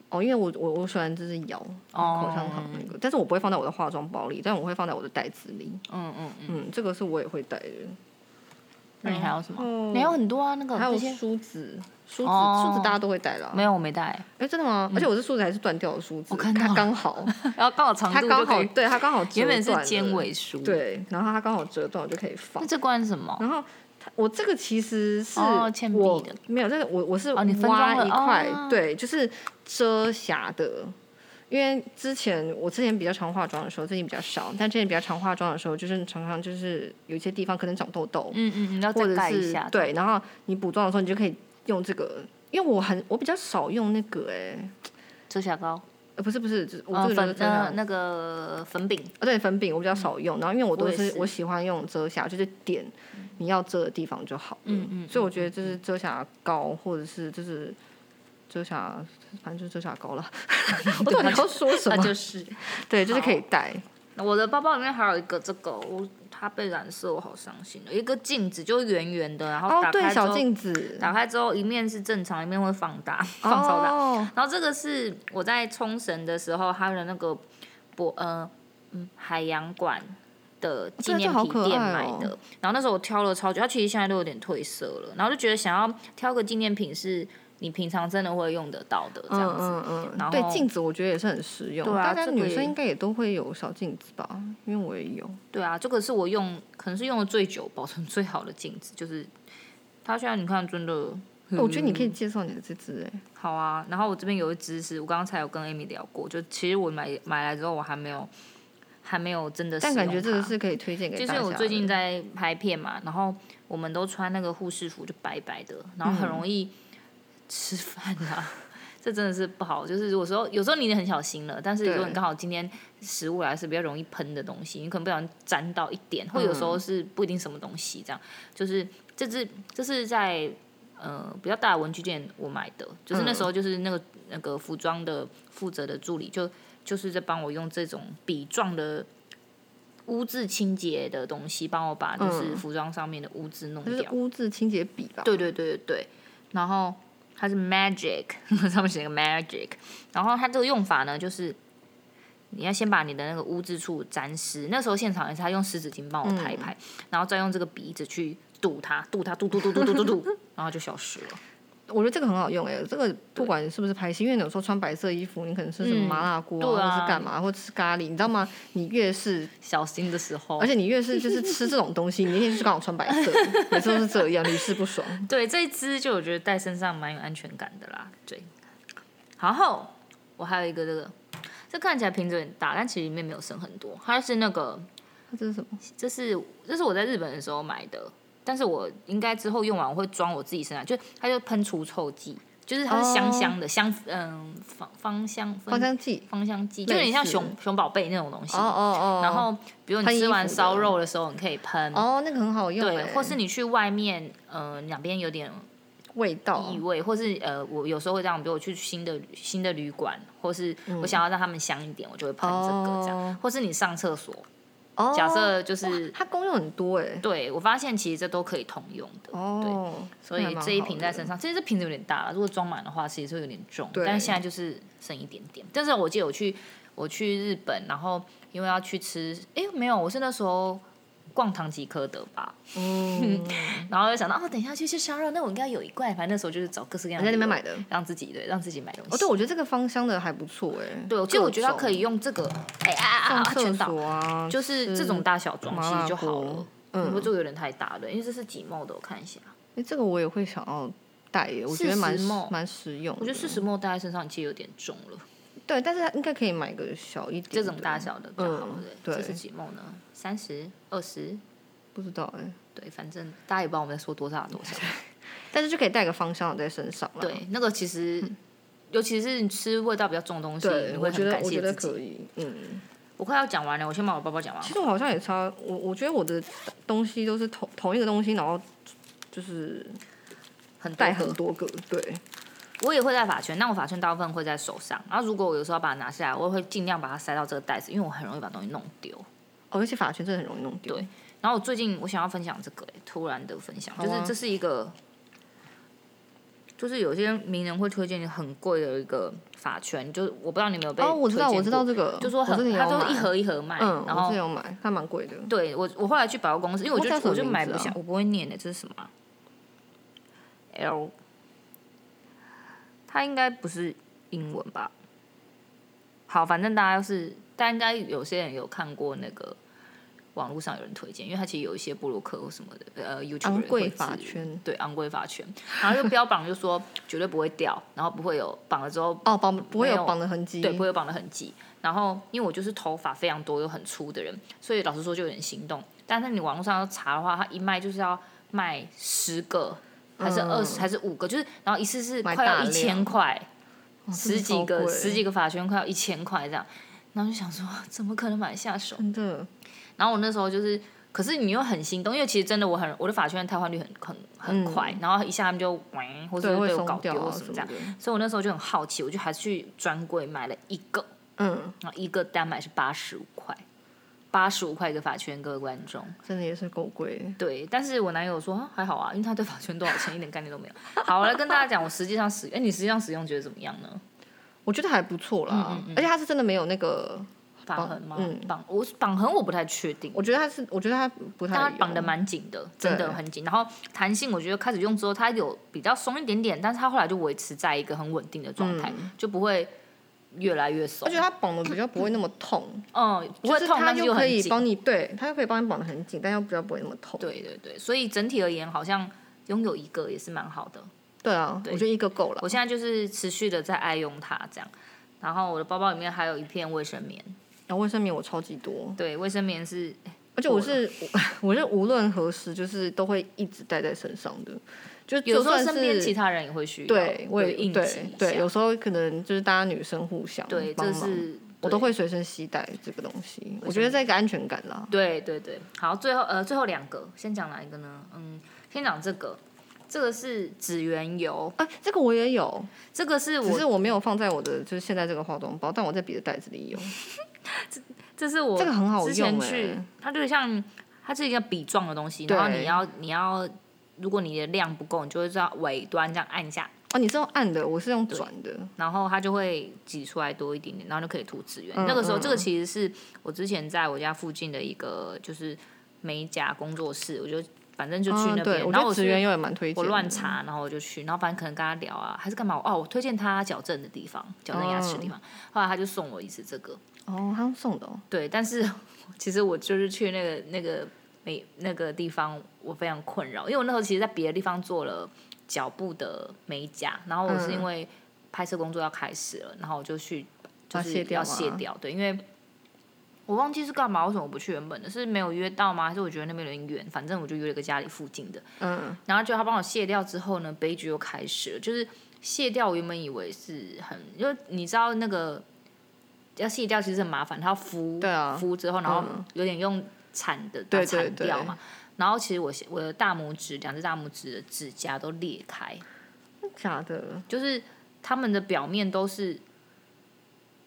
Speaker 2: 哦，因为我我我喜欢就是咬
Speaker 1: 哦
Speaker 2: 口香糖那个，但是我不会放在我的化妆包里，但我会放在我的袋子里。
Speaker 1: 嗯嗯嗯。
Speaker 2: 嗯，这个是我也会带的。
Speaker 1: 那你还有什么？
Speaker 2: 后
Speaker 1: 你还有很多啊，那个
Speaker 2: 嗯哦还有
Speaker 1: 那些
Speaker 2: 梳子，梳子、
Speaker 1: 哦
Speaker 2: 梳子大家都会带啦。
Speaker 1: 没有我没带，
Speaker 2: 哎，真的吗？而且我是梳子还是断掉的梳
Speaker 1: 嗯
Speaker 2: 子，
Speaker 1: 哦我看到
Speaker 2: 它刚好，
Speaker 1: 然后刚好长
Speaker 2: 它
Speaker 1: 度
Speaker 2: 刚
Speaker 1: 就可
Speaker 2: 好，
Speaker 1: 以，
Speaker 2: 对，它刚好折
Speaker 1: 原本是
Speaker 2: 断了
Speaker 1: 尖，尾梳。，
Speaker 2: 对，然后它刚好折断，我就可以放
Speaker 1: 那。这罐是什么？
Speaker 2: 然后它我这个其实是
Speaker 1: 哦倩碧
Speaker 2: 我
Speaker 1: 的
Speaker 2: 没有这个，我我是
Speaker 1: 哦你分
Speaker 2: 挖
Speaker 1: 装了
Speaker 2: 一块，
Speaker 1: 哦
Speaker 2: 对，就是遮瑕的。因为之前我之前比较常化妆的时候，最近比较少，但之前比较常化妆的时候，就是常常就是有一些地方可能长痘痘，
Speaker 1: 嗯嗯嗯，要
Speaker 2: 或
Speaker 1: 再
Speaker 2: 者
Speaker 1: 盖一
Speaker 2: 是
Speaker 1: 下。，
Speaker 2: 对，然后你补妆的时候，你就可以用这个。因为我很我比较少用那个哎、欸
Speaker 1: 遮瑕膏，
Speaker 2: 呃不是不是，就是我
Speaker 1: 呃
Speaker 2: 这个就是
Speaker 1: 粉
Speaker 2: 遮瑕
Speaker 1: 呃那个粉饼，
Speaker 2: 啊对粉饼我比较少用，然后因为我都
Speaker 1: 我也
Speaker 2: 是
Speaker 1: 是
Speaker 2: 我喜欢用遮瑕，就是点你要遮的地方就好了。
Speaker 1: 嗯嗯
Speaker 2: 所以我觉得就是遮瑕膏或者是就是遮瑕，反正就是遮瑕 膏了。我 到底要说什
Speaker 1: 那
Speaker 2: 么？
Speaker 1: 呃就是。
Speaker 2: 对，就是可以带。
Speaker 1: 我的包包里面还有一个这个，我它被染色，我好伤心了。哦一个镜子就圆圆的，然后
Speaker 2: 哦
Speaker 1: 打，
Speaker 2: 对，
Speaker 1: 开之
Speaker 2: 小
Speaker 1: 后，
Speaker 2: 镜子，
Speaker 1: 打开之后一面是正常，一面会放大，放超大。
Speaker 2: 哦，
Speaker 1: 然后这个是我在冲绳的时候，它的那个博呃嗯海洋馆的纪念
Speaker 2: 对啊
Speaker 1: 品
Speaker 2: 这好可
Speaker 1: 店
Speaker 2: 爱哦
Speaker 1: 买的。然后那时候我挑了超久，它其实现在都有点褪色了。然后就觉得想要挑个纪念品是你平常真的会用得到的这样
Speaker 2: 嗯
Speaker 1: 子。
Speaker 2: 嗯嗯
Speaker 1: 然
Speaker 2: 对
Speaker 1: 后
Speaker 2: 镜子，我觉得也是很实用。
Speaker 1: 对啊
Speaker 2: 大家
Speaker 1: 这个
Speaker 2: 女生
Speaker 1: 也
Speaker 2: 应该也都会有小镜子吧，因为我也有。
Speaker 1: 对啊，这个是我用，可能是用的最久、保存最好的镜子，就是它现在你看真的。
Speaker 2: 哎我觉得你可
Speaker 1: 嗯
Speaker 2: 以介绍你的这支哎、
Speaker 1: 好啊，然后我这边有一支是我刚刚才有跟 Amy 聊过，就其实我买买来之后我还没有还没有真的使
Speaker 2: 但
Speaker 1: 用它，
Speaker 2: 感觉这个是可以推荐给
Speaker 1: 就
Speaker 2: 大家
Speaker 1: 是
Speaker 2: 的。
Speaker 1: 我最近在拍片嘛，然后我们都穿那个护士服，就白白的，然
Speaker 2: 嗯
Speaker 1: 后很容易吃饭啊。 这真的是不好，就是有时候有时候你已经很小心了，但是如果
Speaker 2: 对
Speaker 1: 你刚好今天食物啊来是比较容易喷的东西，你可能不小心沾到一点，或有时
Speaker 2: 嗯
Speaker 1: 候是不一定什么东西这样。就是这是这是在呃比较大的文具店我买的，就是
Speaker 2: 嗯
Speaker 1: 那时候就是那个、那个服装的负责的助理就就是在帮我用这种笔状的污渍清洁的东西，帮我把就是
Speaker 2: 嗯
Speaker 1: 服装上面的污渍弄
Speaker 2: 就
Speaker 1: 掉。
Speaker 2: 是污渍清洁笔吧。
Speaker 1: 对对对对对，然后它是 magic，上面写个 magic，然后它这个用法呢，就是你要先把你的那个污渍处沾湿，那时候现场也是他用湿纸巾帮我拍一拍，然后再用这个鼻子去堵它，堵它，堵堵堵堵堵堵堵，然后就消失了。
Speaker 2: 我觉得这个很好用哎、这个不管是不是拍戏，因为你有时候穿白色衣服，你可能是什么
Speaker 1: 嗯
Speaker 2: 麻辣锅、
Speaker 1: 对啊
Speaker 2: 或者是干嘛，或吃咖喱，你知道吗？你越是，
Speaker 1: 小心的时候，
Speaker 2: 而且你越是就是吃这种东西，你那天就是刚好穿白色，每次都是这样，屡试不爽。
Speaker 1: 对，这一支就我觉得带身上蛮有安全感的啦。对，然后我还有一个这个，这看起来瓶子有点大，但其实里面没有剩很多。它是那个，
Speaker 2: 它这是什么？
Speaker 1: 这是这是我在日本的时候买的，但是我应该之后用完我会装我自己身上，就它就喷除臭剂，就是它是香香的、香，嗯，芳芳香
Speaker 2: 哦
Speaker 1: 嗯
Speaker 2: 芳香剂。
Speaker 1: 芳香剂，就有点像熊熊宝贝那种东西。
Speaker 2: 哦哦
Speaker 1: 嗯
Speaker 2: 哦。
Speaker 1: 然后，比如
Speaker 2: 喷
Speaker 1: 你
Speaker 2: 衣
Speaker 1: 吃
Speaker 2: 服
Speaker 1: 完
Speaker 2: 的
Speaker 1: 烧肉的时候，你可以喷，
Speaker 2: 哦，那个很好用、欸，
Speaker 1: 对，或是你去外面，呃，两边有点
Speaker 2: 味道
Speaker 1: 异。味，或是呃，我有时候会这样，比如我去新的新的旅馆，或是我想要让他们香一点，我就会喷这个这样，
Speaker 2: 嗯哦
Speaker 1: 或是你上厕所，
Speaker 2: 哦
Speaker 1: 假设就是、
Speaker 2: 它功用很多哎、
Speaker 1: 对我发现其实这都可以通用的，对，
Speaker 2: 哦，
Speaker 1: 所以
Speaker 2: 那还蛮
Speaker 1: 这一
Speaker 2: 好
Speaker 1: 瓶
Speaker 2: 的
Speaker 1: 在身上，其实这瓶子有点大了，如果装满的话，其实会有点重，
Speaker 2: 对
Speaker 1: 但是现在就是剩一点点。但是我记得我去我去日本，然后因为要去吃，哎、没有，我是那时候逛唐吉诃德吧，
Speaker 2: 嗯，
Speaker 1: 然后就想到哦，等一下去吃烧肉，那我应该有一罐，反正那时候就是找各式各
Speaker 2: 你
Speaker 1: 样的
Speaker 2: 在
Speaker 1: 理
Speaker 2: 那
Speaker 1: 由
Speaker 2: 边买的。
Speaker 1: 让自己对让自己买东西。
Speaker 2: 哦，对，我觉得这个芳香的还不错哎、
Speaker 1: 对，其实我觉得它
Speaker 2: 各
Speaker 1: 可以用这个，哎啊啊啊
Speaker 2: 种
Speaker 1: 啊，
Speaker 2: 上
Speaker 1: 全
Speaker 2: 厕
Speaker 1: 倒，
Speaker 2: 所啊，
Speaker 1: 就是这种大小装
Speaker 2: 麻
Speaker 1: 其
Speaker 2: 辣
Speaker 1: 实就好
Speaker 2: 锅
Speaker 1: 了。。
Speaker 2: 嗯
Speaker 1: 不过这个有点太大了，因为这是几毛的，我看一下，
Speaker 2: 哎，这个我也会想要带耶，我觉得
Speaker 1: 40
Speaker 2: 蛮实
Speaker 1: 梦
Speaker 2: 蛮实用的。
Speaker 1: 我觉得四十毛带在身上其实有点重了，
Speaker 2: 对，但是它应该可以买个小一点
Speaker 1: 这
Speaker 2: 的，
Speaker 1: 种大小的比较好
Speaker 2: 嗯
Speaker 1: 了。
Speaker 2: 对
Speaker 1: 这是几毛呢？三十二十，
Speaker 2: 不知道哎，
Speaker 1: 对，反正大家也不知道我们在说多少多少。
Speaker 2: 但是就可以带个芳香的在身上啦。
Speaker 1: 对，那个其实。尤其是你吃味道比较重的东西，
Speaker 2: 嗯对，
Speaker 1: 你
Speaker 2: 我
Speaker 1: 会
Speaker 2: 觉
Speaker 1: 很
Speaker 2: 得
Speaker 1: 感
Speaker 2: 我觉
Speaker 1: 谢
Speaker 2: 得
Speaker 1: 自
Speaker 2: 可
Speaker 1: 己。
Speaker 2: 以，嗯。
Speaker 1: 我快要讲完了，我先把我包包讲完好
Speaker 2: 其
Speaker 1: 了。
Speaker 2: 实我好像也差，我我觉得我的东西都是同同一个东西，然后就是
Speaker 1: 很多
Speaker 2: 带
Speaker 1: 个
Speaker 2: 很多个，对，
Speaker 1: 我也会带发圈，但我发圈大部分会在手上。然后如果我有时候要把它拿下来，我会尽量把它塞到这个袋子，因为我很容易把东西弄丢。
Speaker 2: 哦，而且发圈真的很容易弄丢。哦
Speaker 1: 对然后我最近我想要分享这个、突然的分享，
Speaker 2: 好啊
Speaker 1: 就是这是一个，就是有些名人会推荐你很贵的一个发圈，就是我不知道你有没有被
Speaker 2: 哦，我知道，
Speaker 1: 推荐过
Speaker 2: 我知道，这个，
Speaker 1: 就说
Speaker 2: 我
Speaker 1: 很，
Speaker 2: 这
Speaker 1: 它
Speaker 2: 个
Speaker 1: 都
Speaker 2: 有
Speaker 1: 一
Speaker 2: 买，
Speaker 1: 盒一盒卖，
Speaker 2: 嗯，
Speaker 1: 然
Speaker 2: 我
Speaker 1: 后
Speaker 2: 是。有买，它蛮贵的。
Speaker 1: 对我，我后来去百货公司，因为我就
Speaker 2: 它叫什么
Speaker 1: 我就买
Speaker 2: 名
Speaker 1: 不
Speaker 2: 字啊
Speaker 1: 下，我不会念的，这是什么啊？L，它应该不是英文吧？好，反正大家要是，大家应该有些人有看过那个网络上有人推荐，因为它其实有一些布洛克或什么的，呃，YouTube
Speaker 2: 昂贵发圈
Speaker 1: 对，昂贵发圈，然后就标榜就说绝对不会掉，然后不会有绑了之后
Speaker 2: 哦，绑不会
Speaker 1: 没
Speaker 2: 有
Speaker 1: 有
Speaker 2: 绑的痕迹，
Speaker 1: 对，不会有绑得很紧。然后因为我就是头发非常多又很粗的人，所以老实说就有点心动。但是你网络上要查的话，它一卖就是要卖十个，还是二十、还是五个，就是然后一次是
Speaker 2: 嗯买
Speaker 1: 快要
Speaker 2: 大
Speaker 1: 一千
Speaker 2: 量
Speaker 1: 块，
Speaker 2: 哦
Speaker 1: 十几个十，
Speaker 2: 真的超贵
Speaker 1: 几个发圈快要一千块这样。然后就想说，怎么可能买下手？
Speaker 2: 真的，
Speaker 1: 然后我那时候就是，可是你又很心动，因为其实真的我很我的发圈的汰换率很很很快，然后一下他们就玩，或
Speaker 2: 嗯对，
Speaker 1: 者
Speaker 2: 会
Speaker 1: 被我
Speaker 2: 松
Speaker 1: 搞丢
Speaker 2: 掉啊
Speaker 1: 什
Speaker 2: 什
Speaker 1: 么
Speaker 2: 么
Speaker 1: 这样
Speaker 2: 的。。
Speaker 1: 所以我那时候就很好奇，我就还去专柜买了一个，
Speaker 2: 嗯，
Speaker 1: 然后一个单买是八十五块，八十五块一个发圈，各位观众。
Speaker 2: 真的也是够贵。
Speaker 1: 对，但是我男友说、啊还好啊，因为他对发圈多少钱一点概念都没有。 好，我来跟大家讲，我实际上使，哎，你实际上使用觉得怎么样呢？
Speaker 2: 我觉得还不错啦，而且它是真的没有那个
Speaker 1: 绑痕吗
Speaker 2: 嗯？
Speaker 1: 绑我绑痕我不太确定，
Speaker 2: 我觉得它是，我觉得它不太
Speaker 1: 但它
Speaker 2: 有
Speaker 1: 绑的蛮紧的，真的
Speaker 2: 对
Speaker 1: 很紧。然后弹性，我觉得开始用之后，它有比较松一点点，但是它后来就维持在一个很稳定的状态，就不会越来越松
Speaker 2: 嗯而且。它绑的比较不会那么痛，
Speaker 1: 嗯，不会
Speaker 2: 就是
Speaker 1: 痛，
Speaker 2: 它
Speaker 1: 但是
Speaker 2: 又可
Speaker 1: 很
Speaker 2: 以
Speaker 1: 紧。
Speaker 2: 帮你，对，它又可以帮你绑的很紧，但又比较不会那么痛。
Speaker 1: 对对对，所以整体而言，好像拥有一个也是蛮好的。
Speaker 2: 对啊，我觉得一个够了
Speaker 1: 我。现在就是持续的在爱用它这样。然后我的包包里面还有一片卫生棉，
Speaker 2: 然后卫生棉我超级多，
Speaker 1: 对，卫生棉是
Speaker 2: 而且我是我 是无论何时就是都会一直带在身上的，就
Speaker 1: 有
Speaker 2: 就
Speaker 1: 时候
Speaker 2: 算
Speaker 1: 身边其
Speaker 2: 是
Speaker 1: 他人也会需要，
Speaker 2: 对我也
Speaker 1: 应急
Speaker 2: 对
Speaker 1: 一
Speaker 2: 对，
Speaker 1: 下
Speaker 2: 有时候可能就是大家女生互相
Speaker 1: 啊对，
Speaker 2: 帮
Speaker 1: 这
Speaker 2: 忙
Speaker 1: 是
Speaker 2: 我都会随身携带这个东西，我觉得
Speaker 1: 棉
Speaker 2: 这个安全感啦。
Speaker 1: 对对对，好，最后呃最后两个，先讲哪一个呢？嗯，先讲这个，这个是指缘油，
Speaker 2: 啊，这个我也有，
Speaker 1: 这个是
Speaker 2: 只
Speaker 1: 我
Speaker 2: 是我没有放在我的就是现在这个化妆包，但我在别的袋子里有。
Speaker 1: 这是我
Speaker 2: 这个很好
Speaker 1: 之前
Speaker 2: 用哎、
Speaker 1: 去，它就像它是一个笔状的东西，
Speaker 2: 对
Speaker 1: 然后你要你要，如果你的量不够，你就会知道尾端这样按一下，
Speaker 2: 哦，你是用按的，我是用转的。
Speaker 1: 然后它就会挤出来多一点点，然后就可以涂指缘。
Speaker 2: 嗯
Speaker 1: 那个时候，
Speaker 2: 嗯
Speaker 1: 这个其实是我之前在我家附近的一个就是美甲工作室，我就反正就去
Speaker 2: 啊
Speaker 1: 那边，
Speaker 2: 对，我
Speaker 1: 然
Speaker 2: 觉
Speaker 1: 后
Speaker 2: 得
Speaker 1: 我
Speaker 2: 职
Speaker 1: 是
Speaker 2: 员又也蛮推荐的。
Speaker 1: 我乱查，
Speaker 2: 嗯
Speaker 1: 然后我就去，然后反正可能跟他聊啊，还是干嘛？哦，我推荐他矫正的地方，矫正牙齿的地方。
Speaker 2: 嗯
Speaker 1: 后来他就送我一次这个，
Speaker 2: 哦，他用送的、哦。
Speaker 1: 对，但是 其实我就是去那个那个美那个地方，我非常困扰，因为我那时候其实在别的地方做了脚部的美甲，然后我
Speaker 2: 嗯
Speaker 1: 是因为拍摄工作要开始了，然后我就去就
Speaker 2: 把它
Speaker 1: 是
Speaker 2: 卸掉
Speaker 1: 要卸
Speaker 2: 吗
Speaker 1: 掉，对，因为。我忘记是干嘛，为什么我不去原本的？是没有约到吗？还是我觉得那边有点远？反正我就约了个家里附近的，
Speaker 2: 嗯，
Speaker 1: 然后就他帮我卸掉之后呢，悲剧又开始了。就是卸掉，我原本以为是很，因为你知道那个要卸掉其实很麻烦，它要敷，
Speaker 2: 对啊
Speaker 1: 敷之后然后
Speaker 2: 嗯
Speaker 1: 有点用铲的把它
Speaker 2: 对对
Speaker 1: 铲掉嘛。然后其实我我的大拇指两只大拇指的指甲都裂开，
Speaker 2: 假的。
Speaker 1: 就是它们的表面都是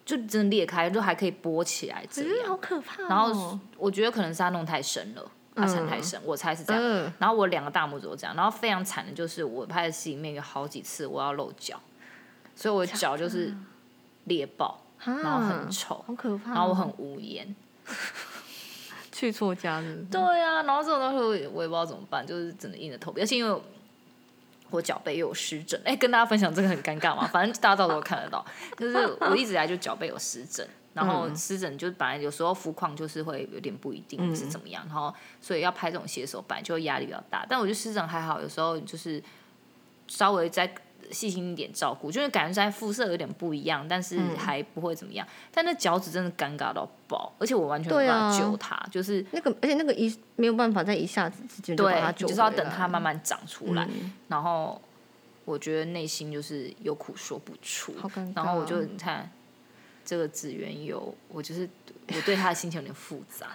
Speaker 1: 就真的裂开，就还可以剥起来这
Speaker 2: 嗯，
Speaker 1: 样。
Speaker 2: 好可怕、
Speaker 1: 然后我觉得可能是它弄太深了，它铲太深，我猜是这样。
Speaker 2: 嗯，
Speaker 1: 然后我两个大拇指都这样，然后非常惨的就是我拍的戏里面有好几次我要露脚，所以我的脚就是裂爆，然后很
Speaker 2: 啊
Speaker 1: 丑，
Speaker 2: 好可怕
Speaker 1: 然
Speaker 2: 哦、
Speaker 1: 后我很无言。
Speaker 2: 去错家是不是
Speaker 1: 对呀、然后这种东西我也我也不知道怎么办，就是只能硬着头皮，而且因为我脚背又有湿疹，哎，跟大家分享这个很尴尬嘛， 反正大家到时候看得到，就是我一直以来就脚背有湿疹。然后湿疹就本来有时候肤况就是会有点不一定
Speaker 2: 嗯
Speaker 1: 是怎么样，然后所以要拍这种写手本来就会压力比较大，但我觉得湿疹还好，有时候就是稍微再细心一点照顾，就是感觉在肤色有点不一样，但
Speaker 2: 嗯
Speaker 1: 是还不会怎么样。但那脚趾真的尴尬到爆，而且我完全没
Speaker 2: 对
Speaker 1: 办
Speaker 2: 啊
Speaker 1: 法救它，就是
Speaker 2: 那个，而且那个一没有办法在一下子之间就把
Speaker 1: 对
Speaker 2: 它，
Speaker 1: 你就
Speaker 2: 救回来，
Speaker 1: 是要等它慢慢长出来。
Speaker 2: 嗯
Speaker 1: 然后我觉得内心就是有苦说不出，
Speaker 2: 好尴尬。哦
Speaker 1: 然后我就你看这个紫缘油，我就是我对它的心情有点复杂。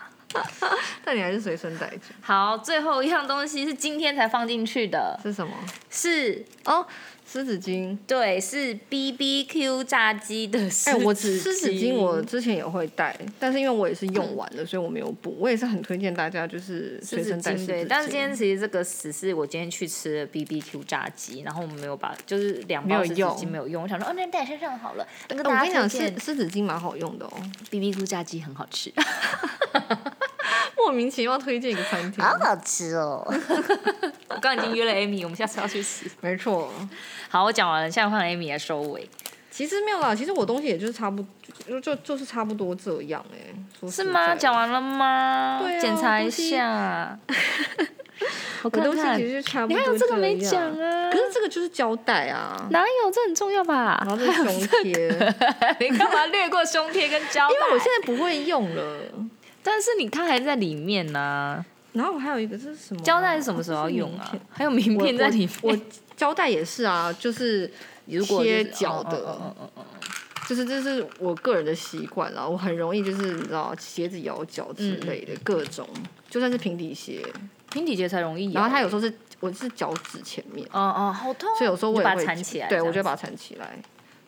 Speaker 2: 但你还是随身带着，
Speaker 1: 好，最后一样东西是今天才放进去的，
Speaker 2: 是什么？
Speaker 1: 是
Speaker 2: 哦，湿纸巾。
Speaker 1: 对，是 B B Q 炸鸡的湿
Speaker 2: 哎、我
Speaker 1: 纸
Speaker 2: 湿纸巾我之前也会带，但是因为我也是用完了，所以我没有补。我也是很推荐大家就是随
Speaker 1: 湿纸
Speaker 2: 身带
Speaker 1: 巾
Speaker 2: 湿
Speaker 1: 对，
Speaker 2: 纸
Speaker 1: 但是今天
Speaker 2: 巾。
Speaker 1: 其实这个只是我今天去吃了 B B Q 炸鸡，然后我们没有把就是两包
Speaker 2: 没有
Speaker 1: 湿纸巾
Speaker 2: 用
Speaker 1: 没有用，我想说哦，那带身上好了。那个
Speaker 2: 哎我
Speaker 1: 大
Speaker 2: 跟你
Speaker 1: 家推
Speaker 2: 讲，
Speaker 1: 荐
Speaker 2: 湿湿纸巾蛮好用的哦，
Speaker 1: B B Q 炸鸡很好吃，
Speaker 2: 莫名其妙推荐一个餐厅，
Speaker 1: 好吃哦！ 我刚已经约了 Amy，我们下次要去吃。
Speaker 2: 没错。
Speaker 1: 好，我讲完了，现在换 Amy 来收尾，
Speaker 2: 其实没有啦，其实我东西也就是差不就就就是差不多这样哎、说
Speaker 1: 是
Speaker 2: 实
Speaker 1: 吗？
Speaker 2: 在的
Speaker 1: 讲完了吗？
Speaker 2: 对啊
Speaker 1: 检查一
Speaker 2: 东西
Speaker 1: 下。我
Speaker 2: 我
Speaker 1: 看
Speaker 2: 东西
Speaker 1: 看
Speaker 2: 其，实差不
Speaker 1: 你
Speaker 2: 多
Speaker 1: 还有这个没
Speaker 2: 样
Speaker 1: 讲啊
Speaker 2: 可？是这个就是胶带 啊，
Speaker 1: 哪有？这很重要吧
Speaker 2: 然？后这是胸贴，
Speaker 1: 你干嘛略过胸贴跟胶 带？
Speaker 2: 因为我现在不会用了。
Speaker 1: 但是你它还在里面呢、
Speaker 2: 然后我还有一个这是什么啊？
Speaker 1: 胶带是什么时候要用啊？还有名片在里面。
Speaker 2: 我我胶带也是啊，就是
Speaker 1: 如果就是
Speaker 2: 贴脚的
Speaker 1: 嗯嗯嗯嗯嗯
Speaker 2: 就是这是我个人的习惯啦，我很容易就是你知道鞋子咬脚
Speaker 1: 嗯
Speaker 2: 之类的、各种，就算是平底鞋，
Speaker 1: 平底鞋才容易咬。
Speaker 2: 然后它有时候是我是脚趾前面，
Speaker 1: 哦哦，好痛哦！
Speaker 2: 所以有时候
Speaker 1: 你
Speaker 2: 我也
Speaker 1: 把它
Speaker 2: 会
Speaker 1: 缠起来这
Speaker 2: 对
Speaker 1: 样子。
Speaker 2: 我就会把它缠起来，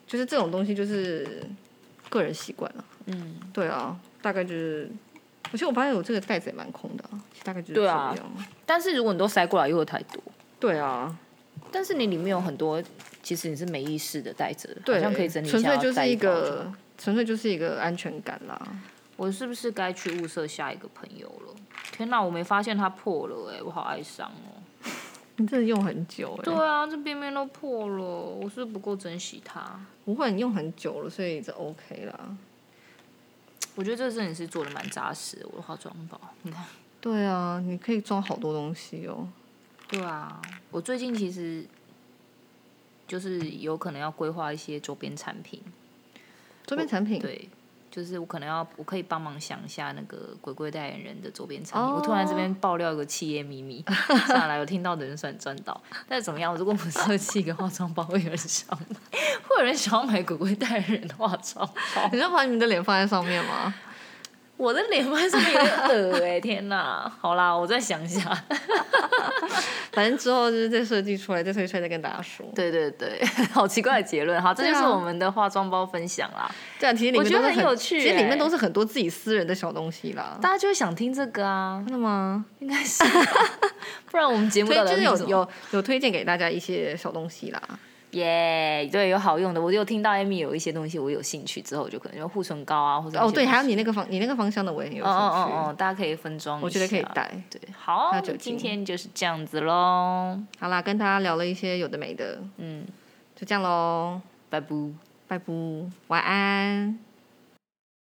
Speaker 2: 就是这种东西就是个人习惯了。
Speaker 1: 嗯，
Speaker 2: 对啊，大概就是，而且我发现我这个袋子也蛮空的啊、大概就是
Speaker 1: 对
Speaker 2: 这
Speaker 1: 啊
Speaker 2: 样。
Speaker 1: 但是如果你都塞过来，又有太多。
Speaker 2: 对啊，
Speaker 1: 但是你里面有很多，其实你是没意识的带着，
Speaker 2: 对
Speaker 1: 好像可以整理一下。
Speaker 2: 纯粹就
Speaker 1: 然后带
Speaker 2: 是一
Speaker 1: 包就好
Speaker 2: 个，纯粹就是一个安全感啦。
Speaker 1: 我是不是该去物色下一个朋友了？天哪，我没发现它破了哎、我好哀伤哦。
Speaker 2: 你真的用很久哎、
Speaker 1: 对啊，这边边都破了，我是不是不够珍惜它。
Speaker 2: 不会，你用很久了，所以这 OK 啦。
Speaker 1: 我觉得这真的是做的蛮扎实的，我的化妆包，你看。
Speaker 2: 对啊，你可以装好多东西哦。
Speaker 1: 对啊，我最近其实就是有可能要规划一些周边产品，
Speaker 2: 周边产品，
Speaker 1: 对，就是我可能要我可以帮忙想一下那个鬼鬼代言人的周边产品。我突然这边爆料一个企业秘密，算了，有听到的人算赚到。但是怎么样，如果我设计一个化妆包，会有人想买，会有人想要买鬼鬼代言人的化妆包。
Speaker 2: 你就把你们的脸放在上面吗？
Speaker 1: 我的脸盘上面有点恶哎、 天哪！好啦，我再想一下。
Speaker 2: 反正之后就是再设计出来，再推出来再跟大家说。
Speaker 1: 对对对， 好奇怪的结论。好，这就是我们的化妆包分享啦。
Speaker 2: 对啊，其实里
Speaker 1: 我
Speaker 2: 面
Speaker 1: 觉
Speaker 2: 都
Speaker 1: 得
Speaker 2: 是
Speaker 1: 很有趣
Speaker 2: 其实里面
Speaker 1: 欸
Speaker 2: 都是很多自己私人的小东西啦。
Speaker 1: 大家就会想听这个啊，
Speaker 2: 真的吗？
Speaker 1: 应该是吧，不然我们节目
Speaker 2: 所以
Speaker 1: 到底
Speaker 2: 就是
Speaker 1: 要
Speaker 2: 有
Speaker 1: 听什么
Speaker 2: 有有推荐给大家一些小东西啦。
Speaker 1: 耶对，有好用的。我有听到 Amy 有一些东西我有兴趣，之后我就可能用护唇膏啊，或者
Speaker 2: 哦，对，还有
Speaker 1: 有
Speaker 2: 你那个方你那个方向的我也很有
Speaker 1: 哦
Speaker 2: 兴趣，
Speaker 1: 哦哦，大家可以分装，
Speaker 2: 我觉得可以。带。
Speaker 1: 对，好
Speaker 2: 还有，酒
Speaker 1: 今
Speaker 2: 精
Speaker 1: 天就是这样子喽，
Speaker 2: 好啦，跟大家聊了一些有的没的，
Speaker 1: 嗯，
Speaker 2: 就这样喽，
Speaker 1: 拜拜。
Speaker 2: 拜拜，晚安。